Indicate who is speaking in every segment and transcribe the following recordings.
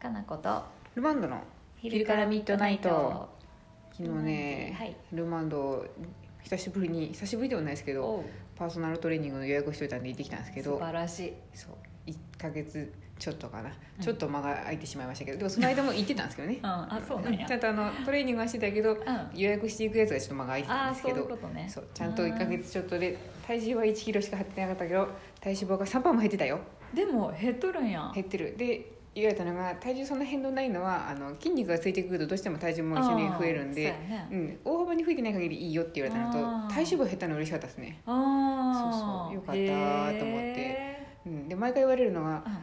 Speaker 1: かなこと
Speaker 2: ルマンドの昼からミッドナイト昨日ね、
Speaker 1: はい
Speaker 2: ルマンド久しぶりに久しぶりではないですけど
Speaker 1: おう
Speaker 2: パーソナルトレーニングの予約しといたんで行ってきたんですけ
Speaker 1: 素
Speaker 2: ど
Speaker 1: 晴らしい
Speaker 2: そう1ヶ月ちょっとかな、
Speaker 1: うん、
Speaker 2: ちょっと間が空いてしまいましたけどでもその間も行ってたんですけどね
Speaker 1: あそうなんや
Speaker 2: ちゃんとあのトレーニングはしてたけ
Speaker 1: う
Speaker 2: ど
Speaker 1: んあ
Speaker 2: 予約していくやつがちょっと間が空いてたん
Speaker 1: あ
Speaker 2: です
Speaker 1: そう
Speaker 2: け
Speaker 1: いう
Speaker 2: ど
Speaker 1: ことね
Speaker 2: そうちゃんと1ヶ月ちょっとで体重は1キロしか減ってなかったけど体脂肪が3パーも減ってたよ
Speaker 1: うんでも減っとるんや
Speaker 2: 減ってるで言われたのが体重そんな変動ないのはあの筋肉がついてくるとどうしても体重も一緒に増えるん
Speaker 1: あ
Speaker 2: で
Speaker 1: ーそうやね
Speaker 2: うん、大幅に増えてない限りいいよって言われたのと
Speaker 1: あー
Speaker 2: 体脂肪減ったの嬉しかったですね、
Speaker 1: あ
Speaker 2: そうそうよか
Speaker 1: ー
Speaker 2: ったと思って
Speaker 1: へ
Speaker 2: うん、で毎回言われるのが
Speaker 1: ーうん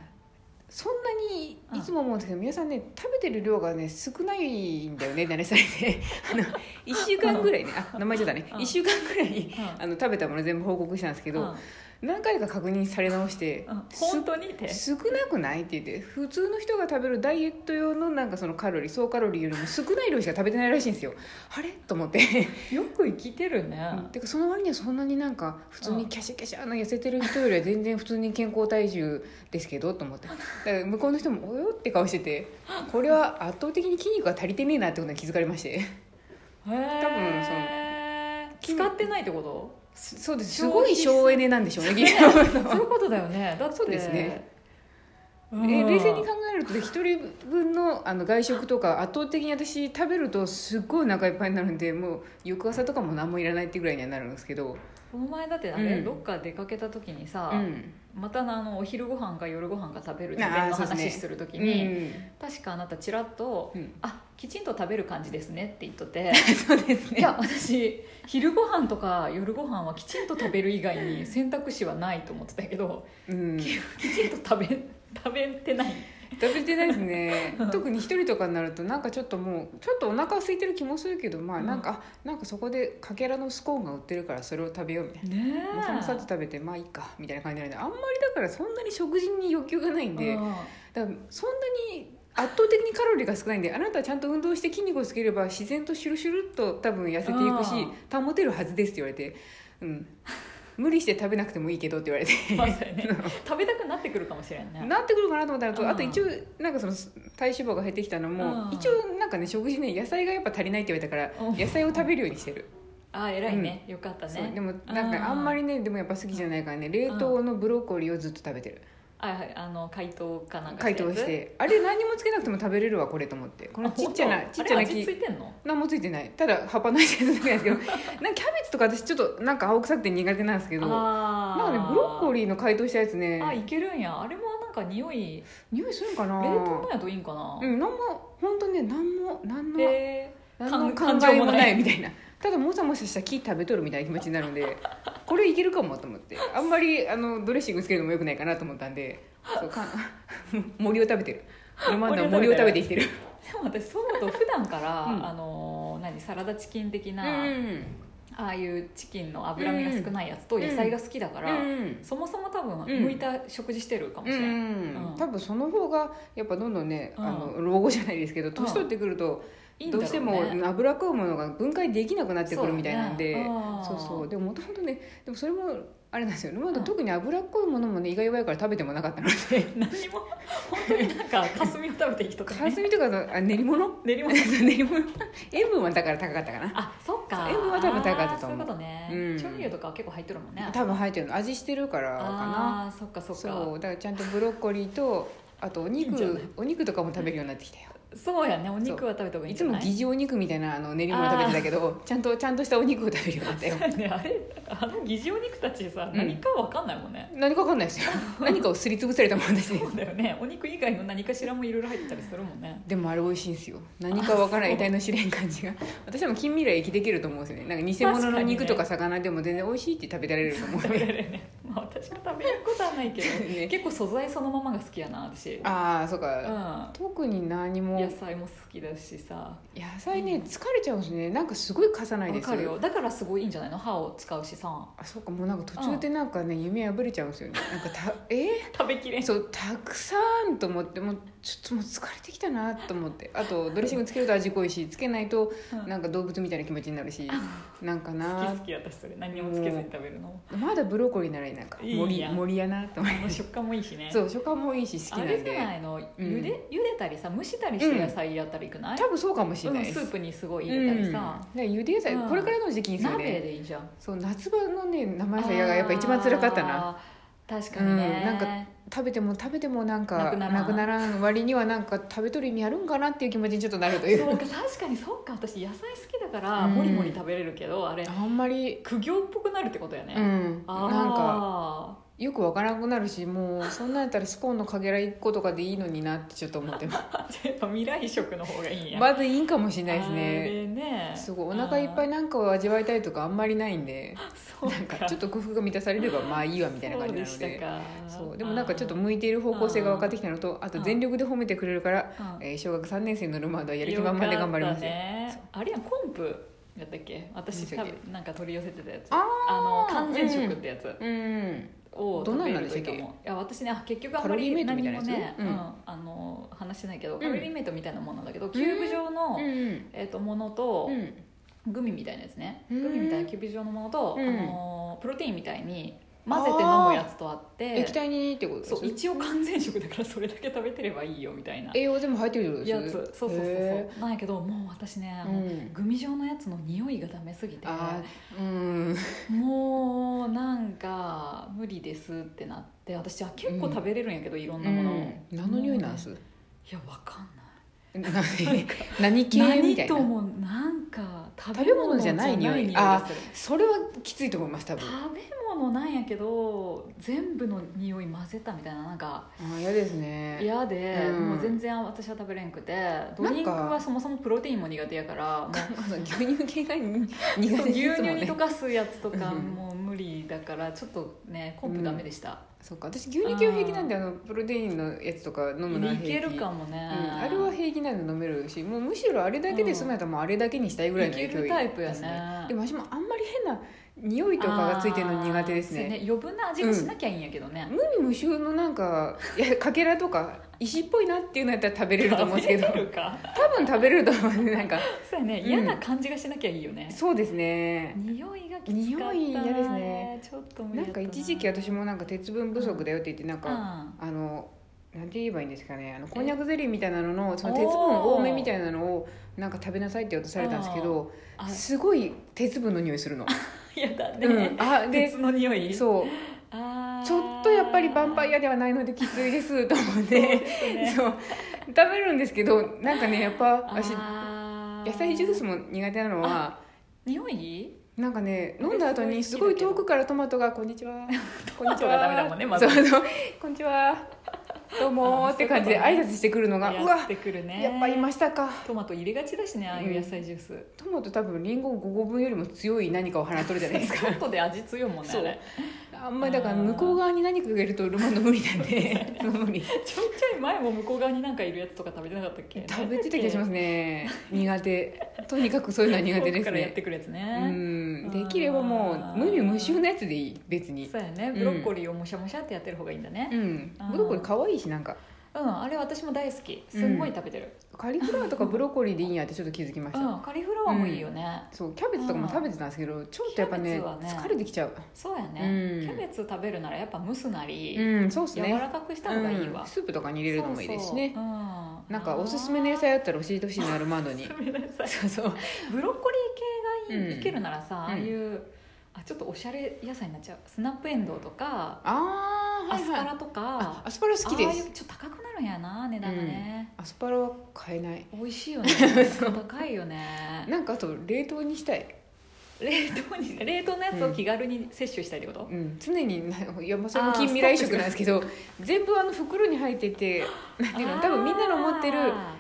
Speaker 2: そんなにいつも思うんですけど皆さんね食べてる量がね少ないんだよね慣れされて あの1週間ぐらいねあ名前言っちゃったね
Speaker 1: うん
Speaker 2: 1週間ぐらい
Speaker 1: うん
Speaker 2: あの食べたもの全部報告したんですけ
Speaker 1: うん
Speaker 2: ど何回か確認され直して
Speaker 1: うん
Speaker 2: す
Speaker 1: 本当にって
Speaker 2: 少なくないって言って普通の人が食べるダイエット用のなんかそのカロリー総カロリーよりも少ない量しか食べてないらしいんですよあれと思って
Speaker 1: よく生きてるね
Speaker 2: うんてかその割にはそんなになんか普通にキャシャキャシャの痩せてる人よりは全然普通に健康体重ですけどと 思ってだから向こうの人も「およ」って顔しててこれは圧倒的に筋肉が足りてねえなってことに気づかれまして
Speaker 1: へえ
Speaker 2: 多分その
Speaker 1: 使ってないってこと
Speaker 2: そそうですすごい省エネなんでしょうねきっ
Speaker 1: そういうことだよねだって
Speaker 2: そうですね
Speaker 1: う
Speaker 2: と
Speaker 1: ん
Speaker 2: え冷静に考えると一人分のあの外食とか圧倒的に私食べるとすっごいお腹いっぱいになるんでもう翌朝とかも何もいらないってぐらいにはなるんですけど
Speaker 1: この前だってあれ、
Speaker 2: うん
Speaker 1: どっか出かけた時に
Speaker 2: う
Speaker 1: さ、
Speaker 2: ん
Speaker 1: またなあのお昼ご飯か夜ご飯か食べる
Speaker 2: あ
Speaker 1: 自
Speaker 2: ー
Speaker 1: 分の
Speaker 2: そうですね
Speaker 1: 話する時
Speaker 2: う
Speaker 1: に、
Speaker 2: ん
Speaker 1: 確かあなたちらっと
Speaker 2: うん
Speaker 1: 「あきちんと食べる感じですね」って言っとって
Speaker 2: そうです
Speaker 1: い
Speaker 2: ね
Speaker 1: や私昼ご飯とか夜ご飯はきちんと食べる以外に選択肢はないと思ってたけど、
Speaker 2: うん
Speaker 1: ききちんと 食べ食べてない
Speaker 2: 食べてないですね特に一人とかになるとなんかちょっともうちょっとお腹空いてる気もするけどまあ
Speaker 1: うん
Speaker 2: なんか、なんかそこでかけらのスコーンが売ってるからそれを食べようみたい
Speaker 1: ね
Speaker 2: なもうそのさっと食べてまあいいかみたいな感じなんであんまりだからそんなに食事に欲求がないんで、だからそんなに圧倒的にカロリーが少ないんであなたはちゃんと運動して筋肉をつければ自然とシュルシュルっと多分痩せていくし保てるはずですって言われてうん無理して食べなくてもいいけどって言われて
Speaker 1: ま さにね食べたくなってくるかもしれんね
Speaker 2: なってくるかなと思ったのと、
Speaker 1: うん
Speaker 2: あと一応なんかその体脂肪が減ってきたのも、
Speaker 1: うん
Speaker 2: 一応なんかね食事ね野菜がやっぱ足りないって言われたから、
Speaker 1: うん
Speaker 2: 野菜を食べるようにしてる、
Speaker 1: あー偉いね、よかった
Speaker 2: そう
Speaker 1: ね
Speaker 2: でもなんかあんまりねでもやっぱ好きじゃないからね冷凍のブロッコリーをずっと食べてる、
Speaker 1: あはいあの解凍かなんか
Speaker 2: 解凍してあれ何もつけなくても食べれるわこれと思ってこのちっちゃなちっちゃな
Speaker 1: 気つ
Speaker 2: 木
Speaker 1: いてんの
Speaker 2: 何もついてないただ葉っぱのやつだけなんですけどなんかキャベツとか私ちょっとなんか青臭くて苦手なんですけどなん
Speaker 1: あ
Speaker 2: かねブロッコ
Speaker 1: リ
Speaker 2: リーの解凍したやつ
Speaker 1: あい
Speaker 2: ね
Speaker 1: けるんやあれもなんか匂い
Speaker 2: 匂いするんかな
Speaker 1: 冷凍のやといいんかな、
Speaker 2: うん何も本当ね何も何の
Speaker 1: へ
Speaker 2: 何の考
Speaker 1: 感
Speaker 2: え
Speaker 1: 情も
Speaker 2: もな
Speaker 1: ないい
Speaker 2: みたいなただもさもさした木食べとるみたいな気持ちになる んでこれいけるかもと思ってあんまりあのドレッシングつけるのもよくないかなと思ったん でそうか森を食べてるロマンダは森を食べて生きてる
Speaker 1: ーでも私そう思うと普段から、
Speaker 2: うん
Speaker 1: あのー何サラダチキン的
Speaker 2: う
Speaker 1: な、
Speaker 2: ん
Speaker 1: ああいうチキンの脂身が少ないやつと野菜が好きだから、
Speaker 2: うん
Speaker 1: そもそも多分
Speaker 2: うん
Speaker 1: 向いた食事してるかもし
Speaker 2: う
Speaker 1: れない、
Speaker 2: ん
Speaker 1: うん
Speaker 2: 多分その方がやっぱどんどんねあの
Speaker 1: う
Speaker 2: 老後じゃないですけど年取ってくると
Speaker 1: いいんだ
Speaker 2: ど
Speaker 1: ろね
Speaker 2: うしても脂っこいものが分解できなくなってくるみたいなんで
Speaker 1: そうだねあー
Speaker 2: そうそうでももともとねでもそれもあれなんですよルマンド特に脂っこいものもね胃が弱いから食べてもなかったので
Speaker 1: 何も本当になんか霞を食べていい人とか
Speaker 2: か
Speaker 1: ね
Speaker 2: すみとかの あ練り物
Speaker 1: 練り物
Speaker 2: 練り物塩分はだから高かったかな
Speaker 1: あそっか
Speaker 2: そう塩分は多分高かった
Speaker 1: あーそ
Speaker 2: と思う
Speaker 1: ういうことね、
Speaker 2: うん
Speaker 1: 調味料とかは結構入ってるもんね
Speaker 2: 多分入ってるの味してるからかな
Speaker 1: ああーそっかそっか
Speaker 2: そ
Speaker 1: そう
Speaker 2: だからちゃんとブロッコリーとあとお
Speaker 1: いいんじゃな
Speaker 2: 肉
Speaker 1: い
Speaker 2: お肉とかも食べるようになってきたよ
Speaker 1: うやねお肉は食べた方がいい
Speaker 2: い
Speaker 1: んじ
Speaker 2: つ
Speaker 1: ゃな
Speaker 2: も
Speaker 1: い
Speaker 2: 疑似お肉みたいなあの練り物食べてたけどちゃんとちゃんとしたお肉を食べるようになったよ
Speaker 1: ねあれあの疑似お肉たちさ
Speaker 2: うん
Speaker 1: 何かわかんないもんね、
Speaker 2: 何かわかんないです よ何かをすりつぶされたもんです
Speaker 1: そうだよねお肉以外の何かしらもいろいろ入ってたりするもんね
Speaker 2: でもあれ美味しいんですよ何かわからな
Speaker 1: あ
Speaker 2: い
Speaker 1: そう
Speaker 2: 遺体の知れん感じが私はもう近未来生きできると思うんですよねなんか偽物
Speaker 1: 確
Speaker 2: の
Speaker 1: かにね
Speaker 2: 肉とか魚でも全然美味しいって食べられる と思う
Speaker 1: 食べられるね、まあ、私は食べることはないけど、
Speaker 2: ね
Speaker 1: 結構素材そのままが好きやな私
Speaker 2: ああそう
Speaker 1: う
Speaker 2: か、
Speaker 1: ん
Speaker 2: 特に何も
Speaker 1: 野菜も好きだしさ
Speaker 2: 野菜ね疲れちゃうんですねなんかすごい重ない
Speaker 1: わ
Speaker 2: です
Speaker 1: かるよだからすごいいいんじゃないの歯を使うしさ
Speaker 2: あそうかもうなんか途中でなんかね夢破れちゃうんです よねなんかたえ
Speaker 1: 食べきれん
Speaker 2: そうたくさんと思ってもうちょっともう疲れてきたなと思ってあとドレッシングつけると味濃いしつけないと
Speaker 1: うん
Speaker 2: なんか動物みたいな気持ちになるしなんか
Speaker 1: 好き
Speaker 2: な
Speaker 1: 好き私それ何にもつけずに食べるの
Speaker 2: まだブロッコリーならいいなんか
Speaker 1: いい
Speaker 2: 森
Speaker 1: やん
Speaker 2: 森やなと思っ
Speaker 1: あの食感もいいしね
Speaker 2: てそう食感もいいし好き
Speaker 1: あ
Speaker 2: なん
Speaker 1: れじ
Speaker 2: で
Speaker 1: ゃないの
Speaker 2: うん
Speaker 1: ゆで,、ゆでたりさ蒸したりして野菜やったらいくない、
Speaker 2: 多分そうかもしれ
Speaker 1: うん
Speaker 2: ないです、
Speaker 1: スープにすごい入れたりさ、
Speaker 2: うん、で茹で野菜、
Speaker 1: うん
Speaker 2: これからの時期にする
Speaker 1: 鍋
Speaker 2: ね
Speaker 1: でいいじゃん
Speaker 2: そう夏場のね生野菜がやっぱ一番辛かったな
Speaker 1: あー確かにね、
Speaker 2: うんなんか食べても食べてもなんか
Speaker 1: なくならん
Speaker 2: くならん割にはなんか食べとる意味あるんかなっていう気持ちにちょっとなるという
Speaker 1: そうか確かにそうか私野菜好きだから
Speaker 2: うん
Speaker 1: もりもり食べれるけど、あれ
Speaker 2: あんまり
Speaker 1: 苦行っぽくなるってことやね、
Speaker 2: うん
Speaker 1: あー
Speaker 2: なんかよくわからなくなるしもうそんなんやったらスコーンのかけら1個とかでいいのになってちょっと思ってま す
Speaker 1: やっぱ未来食の方がいいんや、
Speaker 2: まずいいんかもしれないです
Speaker 1: あ
Speaker 2: ね
Speaker 1: れね
Speaker 2: すごいお腹いっぱい
Speaker 1: な
Speaker 2: なんかを味わいたいとかあんまりないんで
Speaker 1: そう
Speaker 2: なんかちょっと工夫が満たされればまあいいわみたいな感じなの
Speaker 1: そうでし
Speaker 2: で
Speaker 1: たか
Speaker 2: そうでもなんかちょっと向いている方向性が分かってきたのとあと全力で褒めてくれるから、
Speaker 1: あーうん
Speaker 2: えー小学3年生のルマンドはやる気満々で頑張ります
Speaker 1: よ
Speaker 2: よ
Speaker 1: かったねあれやんコンプやったっけ私多分なんか取り寄せてたやつ
Speaker 2: あ
Speaker 1: あの完全食ってやつ
Speaker 2: うん
Speaker 1: を
Speaker 2: ど
Speaker 1: 食
Speaker 2: んなん
Speaker 1: べ
Speaker 2: なん
Speaker 1: ると
Speaker 2: でし
Speaker 1: い
Speaker 2: た
Speaker 1: い
Speaker 2: っけ
Speaker 1: かもいや私ねあ結局あんま
Speaker 2: カロリーメ
Speaker 1: り
Speaker 2: イトみ
Speaker 1: 何
Speaker 2: たいな
Speaker 1: も
Speaker 2: や
Speaker 1: ね
Speaker 2: つうん
Speaker 1: うんあの話してないけど
Speaker 2: ん
Speaker 1: カロリーメイトみたいなものなんだけどキューブ状の
Speaker 2: うんうん
Speaker 1: えーとものと
Speaker 2: うん
Speaker 1: グミみたいなやつね
Speaker 2: う
Speaker 1: グ
Speaker 2: ん
Speaker 1: ミみたいなキューブ状のものと
Speaker 2: うん
Speaker 1: あのプロテインみたいに混ぜて飲むやつとあって
Speaker 2: 液体にってことです
Speaker 1: そう一応完全食だからそれだけ食べてればいいよみたいな
Speaker 2: 栄養でも入ってるってことです
Speaker 1: やつそうそうそう
Speaker 2: へ
Speaker 1: そうなんやけどもう私ね
Speaker 2: ー
Speaker 1: もう
Speaker 2: うん
Speaker 1: グミ状のやつの匂いがダメすぎて
Speaker 2: あーうん
Speaker 1: もうなんか無理ですってなって私は結構食べれるんやけど、いろんなものを、
Speaker 2: うん何の匂いなんす
Speaker 1: いやわかんない
Speaker 2: 何 何系みた
Speaker 1: 何
Speaker 2: い
Speaker 1: と
Speaker 2: な
Speaker 1: もなんか食
Speaker 2: 食
Speaker 1: べ
Speaker 2: べ
Speaker 1: 物
Speaker 2: 物
Speaker 1: じ
Speaker 2: じ
Speaker 1: ゃ
Speaker 2: ゃ
Speaker 1: な
Speaker 2: ないい
Speaker 1: 匂
Speaker 2: 匂い
Speaker 1: いが
Speaker 2: あ
Speaker 1: する
Speaker 2: それはきついと思います多分
Speaker 1: 食べ物なんやけど全部の匂い混ぜたみたいななんか
Speaker 2: あー嫌ですね
Speaker 1: 嫌で、
Speaker 2: うん
Speaker 1: もう全然私は食べれんくてドリンクはそもそもプロテインも苦手やからも う
Speaker 2: 牛乳系がに苦
Speaker 1: そう
Speaker 2: 手
Speaker 1: 牛
Speaker 2: です
Speaker 1: 乳
Speaker 2: もん
Speaker 1: に
Speaker 2: ね
Speaker 1: 溶かすやつとか
Speaker 2: うん
Speaker 1: もう無理だからちょっとねコンプダメでした、
Speaker 2: そうか私牛乳系は平気なんであのプロテインのやつとか飲むのはい平
Speaker 1: け
Speaker 2: 気
Speaker 1: るかもね、
Speaker 2: うんあれは平気なんで飲めるしもうむしろあれだけで済むんやったらもうあれだけにしたいぐらいの勢い
Speaker 1: いけるタイプやね
Speaker 2: でも私もあんまり変な匂いとかがついてるの苦手です
Speaker 1: あーそう
Speaker 2: ね
Speaker 1: 余分な味がしなきゃいいんやけどね、
Speaker 2: 無味無臭のなんかいやかけらとか石っぽいなっていうのやったら食べれると思うんですけど
Speaker 1: 食べれるか
Speaker 2: 多分食べれると思うんでなんか
Speaker 1: そうやね
Speaker 2: うん
Speaker 1: 嫌な感じがしなきゃいいよね、
Speaker 2: そうですね
Speaker 1: 匂いがきつかったな
Speaker 2: 匂い嫌ですね
Speaker 1: ちょっと無理
Speaker 2: な
Speaker 1: や
Speaker 2: ん
Speaker 1: った
Speaker 2: か一時期私もなんか鉄分不足だよって言ってなん
Speaker 1: う
Speaker 2: か
Speaker 1: ん
Speaker 2: あのなんて言えばいいんですかねあのこんにゃくゼリーみたいなののその鉄分多めみたいなのをなんか食べなさいって言おうとされたんですけど
Speaker 1: あ
Speaker 2: すごい鉄分の匂い するの、
Speaker 1: やだ
Speaker 2: う
Speaker 1: ね
Speaker 2: ん、、あで
Speaker 1: 鉄の匂い
Speaker 2: そう
Speaker 1: あー
Speaker 2: ちょっとやっぱりヴァンパイアではないのできついですと思
Speaker 1: そ
Speaker 2: って
Speaker 1: うですね
Speaker 2: そう食べるんですけどなんかねやっぱ私
Speaker 1: あ
Speaker 2: 野菜ジュースも苦手なのは
Speaker 1: 匂い
Speaker 2: なんかね飲んだ後にすごい遠くからトマトが「こんにちは」 「こんにち
Speaker 1: トマトがダメだもんねまず
Speaker 2: そうそう「こんにちは」「どうも」
Speaker 1: あ
Speaker 2: って感じで挨拶してくるのがう
Speaker 1: やっ
Speaker 2: わ
Speaker 1: てくるね
Speaker 2: やっぱいましたか
Speaker 1: トマト入れがちだしねああいう野菜ジュース、
Speaker 2: トマト多分リンゴ5個分よりも強い何かを放っとるじゃない です
Speaker 1: ちょ
Speaker 2: か
Speaker 1: っとで味強いもんね
Speaker 2: そう
Speaker 1: あれ
Speaker 2: あんまりだから向こう側に何かがいるとルマンド無理な んで 無理
Speaker 1: ちょいちょい前も向こう側になんかいるやつとか食べてなかったっけ
Speaker 2: 食べてた気がします すね苦手とにかくそういうのは苦手です
Speaker 1: からやっ
Speaker 2: ね
Speaker 1: てくるやつね
Speaker 2: う、んできればもう無味無臭なやつでいい別に
Speaker 1: そうやねブロッコリーをもしゃもしゃってやってる方がいいんだね
Speaker 2: うん
Speaker 1: あー
Speaker 2: ブロッコリー可愛いしなんか
Speaker 1: うん、あれ私も大好きすんごい食べてる、
Speaker 2: カリフラワーとかブロッコリーでいいんやってちょっと気づきま
Speaker 1: う
Speaker 2: した
Speaker 1: んカリフラワーもいいよね、
Speaker 2: そうキャベツとかも食べてたんですけどちょっとやっぱ
Speaker 1: キャ
Speaker 2: ね
Speaker 1: ベツはね
Speaker 2: 疲れてきちゃう
Speaker 1: そうやね、
Speaker 2: う
Speaker 1: キ
Speaker 2: ん
Speaker 1: ャベツ食べるならやっぱ蒸すなり、
Speaker 2: うんそうっす
Speaker 1: 柔
Speaker 2: ね
Speaker 1: らかくした方がいいわ、
Speaker 2: うんスープとかに入れるのもいいですしね
Speaker 1: そうそううん
Speaker 2: なんかおすすめの野菜あったら教えてほしいなルマンドに
Speaker 1: あーごめんなさい
Speaker 2: そうそう
Speaker 1: ブロッコリー系がいい,、
Speaker 2: うん
Speaker 1: いけるならさああいう、あちょっとおしゃれ野菜になっちゃうスナップエンドウとか、
Speaker 2: あーはい
Speaker 1: アスパ
Speaker 2: はい
Speaker 1: ラとか
Speaker 2: あアスパラ好きで
Speaker 1: ああい
Speaker 2: す
Speaker 1: うちょっと高くなるんやな値段がね、
Speaker 2: アスパラは買えない
Speaker 1: 美味しい よね
Speaker 2: そう
Speaker 1: 高いよね
Speaker 2: なんかあと冷凍にしたい
Speaker 1: 冷凍に冷凍のやつを気軽に摂取したいってこと、
Speaker 2: うん、常に ないや、まあ、それも近未来食なんですけど全部あの袋に入っててなんていうの多分みんなの持ってる
Speaker 1: あ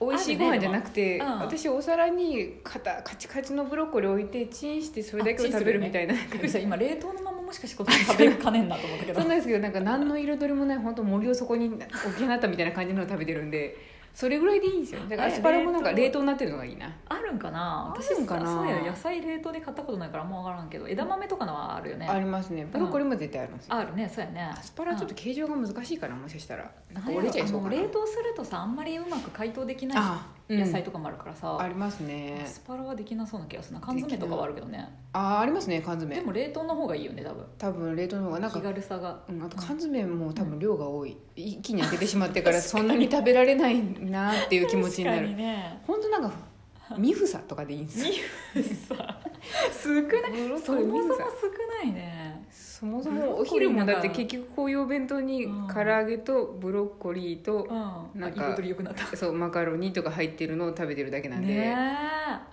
Speaker 2: 美味しいご飯じゃなく
Speaker 1: あるね
Speaker 2: て、
Speaker 1: でもうん
Speaker 2: 私お皿にカタカチカチのブロッコリー置いてチンしてそれだけを食べるみたいな、
Speaker 1: ーびっくりした今冷凍のままもしかしてこれ食べかねんなと思ったけ
Speaker 2: そ
Speaker 1: ど
Speaker 2: うなんですけどなんか何の彩りもない本当森をそこに置き放ったみたいな感じのを食べてるんでそれぐらいでいいんですよだからアスパラもなんか
Speaker 1: あれ
Speaker 2: 冷凍になってるのがいいな
Speaker 1: あるんかな
Speaker 2: あ
Speaker 1: 私
Speaker 2: るんかな
Speaker 1: さそういうの野菜冷凍で買ったことないからもう分からんけど枝豆とかのはあるよね
Speaker 2: ありますねブロッコリーも絶対あるんですよ、
Speaker 1: あるねそうやね
Speaker 2: アスパラちょっと形状が難しいからもしかしたらなん
Speaker 1: なん
Speaker 2: か
Speaker 1: やろ
Speaker 2: 折れちゃいそうか
Speaker 1: あ
Speaker 2: な
Speaker 1: の冷凍するとさあんまりうまく解凍できな
Speaker 2: あ、
Speaker 1: い
Speaker 2: うん
Speaker 1: 野菜とかもあるからさ、
Speaker 2: ありますね
Speaker 1: アスパラはできなそうな気がするな缶詰とかはあるけどね
Speaker 2: あありますね缶
Speaker 1: で
Speaker 2: 詰
Speaker 1: も冷凍の方がいいよね多分
Speaker 2: 多分冷凍の方がなんか
Speaker 1: 気軽さが
Speaker 2: うん、あと缶詰も多分量が多い、一気に開けてしまってからそんなに食べられないなっていう気持ちにな
Speaker 1: 確か
Speaker 2: る
Speaker 1: に ね
Speaker 2: 本当なんかミフサとかでいいんですよ
Speaker 1: ミフさ少ない
Speaker 2: ブロッ
Speaker 1: そ
Speaker 2: コリー
Speaker 1: も
Speaker 2: ミ
Speaker 1: そ
Speaker 2: フ
Speaker 1: も
Speaker 2: サ
Speaker 1: 少ないね
Speaker 2: そもそ
Speaker 1: ブロッ
Speaker 2: も
Speaker 1: コ
Speaker 2: お
Speaker 1: リー
Speaker 2: 昼もだっ
Speaker 1: なん
Speaker 2: て
Speaker 1: か
Speaker 2: 結局こういうお弁当に
Speaker 1: うん
Speaker 2: 唐揚げとブロッコリーと
Speaker 1: う、ん
Speaker 2: なんか
Speaker 1: あ彩り良くなった
Speaker 2: そうマカロニとか入ってるのを食べてるだけなんで、
Speaker 1: ね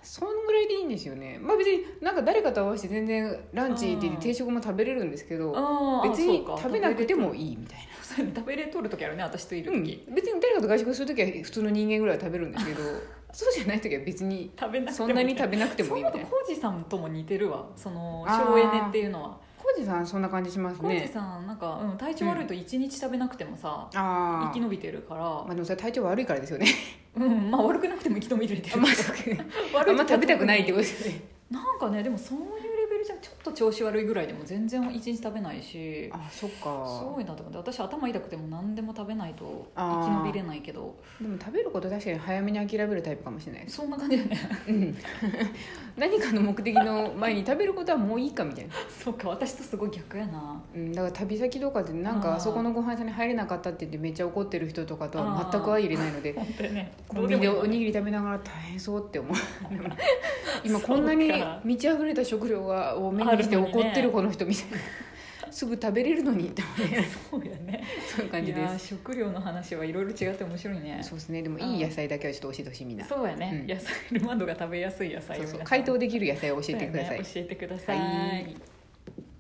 Speaker 2: そんぐらいでいいんですよねまあ別になんか誰かと合わせて全然ランチ行って
Speaker 1: うん
Speaker 2: 定食も食べれるんですけ
Speaker 1: え
Speaker 2: ど
Speaker 1: あー
Speaker 2: 別に
Speaker 1: そうか
Speaker 2: 食べなくてもいいみたいな。
Speaker 1: 食べれ食べれとる時あるね私といる
Speaker 2: うん、
Speaker 1: 時、
Speaker 2: 別に誰かと外食する時は普通の人間ぐらいは食べるんですけ どそうじゃない時は別に
Speaker 1: 食べなくても
Speaker 2: そんなに食べなくてもいいみた
Speaker 1: そ
Speaker 2: いうな
Speaker 1: 思うと浩二さんとも似てるわその
Speaker 2: あー
Speaker 1: 省エネっていうのは
Speaker 2: 浩二さんそんな感じします
Speaker 1: 浩二
Speaker 2: ね
Speaker 1: さんなんか、うん、体調悪いと1日食べなくてもさ、
Speaker 2: あ
Speaker 1: 生
Speaker 2: あ
Speaker 1: き延びてるから、
Speaker 2: まあでもそれ体調悪いからですよね
Speaker 1: うんまあ悪くなくても生き延びれてる、
Speaker 2: まあそうかあ
Speaker 1: 悪
Speaker 2: んま
Speaker 1: 時
Speaker 2: 食
Speaker 1: は特に
Speaker 2: べたくないってことですよね
Speaker 1: なんかねでもそういうレベルじゃちょっと調子悪いぐらいでも全然一日食べないし
Speaker 2: あそっ
Speaker 1: す
Speaker 2: か
Speaker 1: ごいなと思って私頭痛くても何でも食べないと
Speaker 2: あ
Speaker 1: 生
Speaker 2: ー
Speaker 1: き延びれないけど
Speaker 2: でも食べること確かに早めに諦めるタイプかもしれないです
Speaker 1: そんな感じだね
Speaker 2: うん 何かの目的の前に食べることはもういいかみたいな、
Speaker 1: そうか私とすごい逆やな
Speaker 2: うん、だから旅先とかでなんか
Speaker 1: あー
Speaker 2: あそこのご飯屋さんに入れなかったって言ってめっちゃ怒ってる人とかとは全く相入れないので
Speaker 1: 本当にね
Speaker 2: コンビニで
Speaker 1: どう
Speaker 2: お
Speaker 1: もいい
Speaker 2: にぎり食べながら大変そうって 思う今こんなに
Speaker 1: そうか
Speaker 2: 満ち溢れた食料がを目にして
Speaker 1: あるのに
Speaker 2: 怒
Speaker 1: ね
Speaker 2: ってるこの人みたいなすぐ食べれるのにって思う
Speaker 1: そう
Speaker 2: ね
Speaker 1: やね
Speaker 2: そういう感じ
Speaker 1: い
Speaker 2: で
Speaker 1: やー
Speaker 2: す
Speaker 1: 食料の話はいろいろ違って面白いね
Speaker 2: そうですねでもいい野菜だけはちょっと教えてほしいみんな
Speaker 1: そうやね、
Speaker 2: うん
Speaker 1: 野菜ルマンドが食べやすい野菜を皆
Speaker 2: そう
Speaker 1: さ
Speaker 2: そ
Speaker 1: ん
Speaker 2: う解凍できる野菜を教えてください、
Speaker 1: そうやね教えてくださ
Speaker 2: はい
Speaker 1: い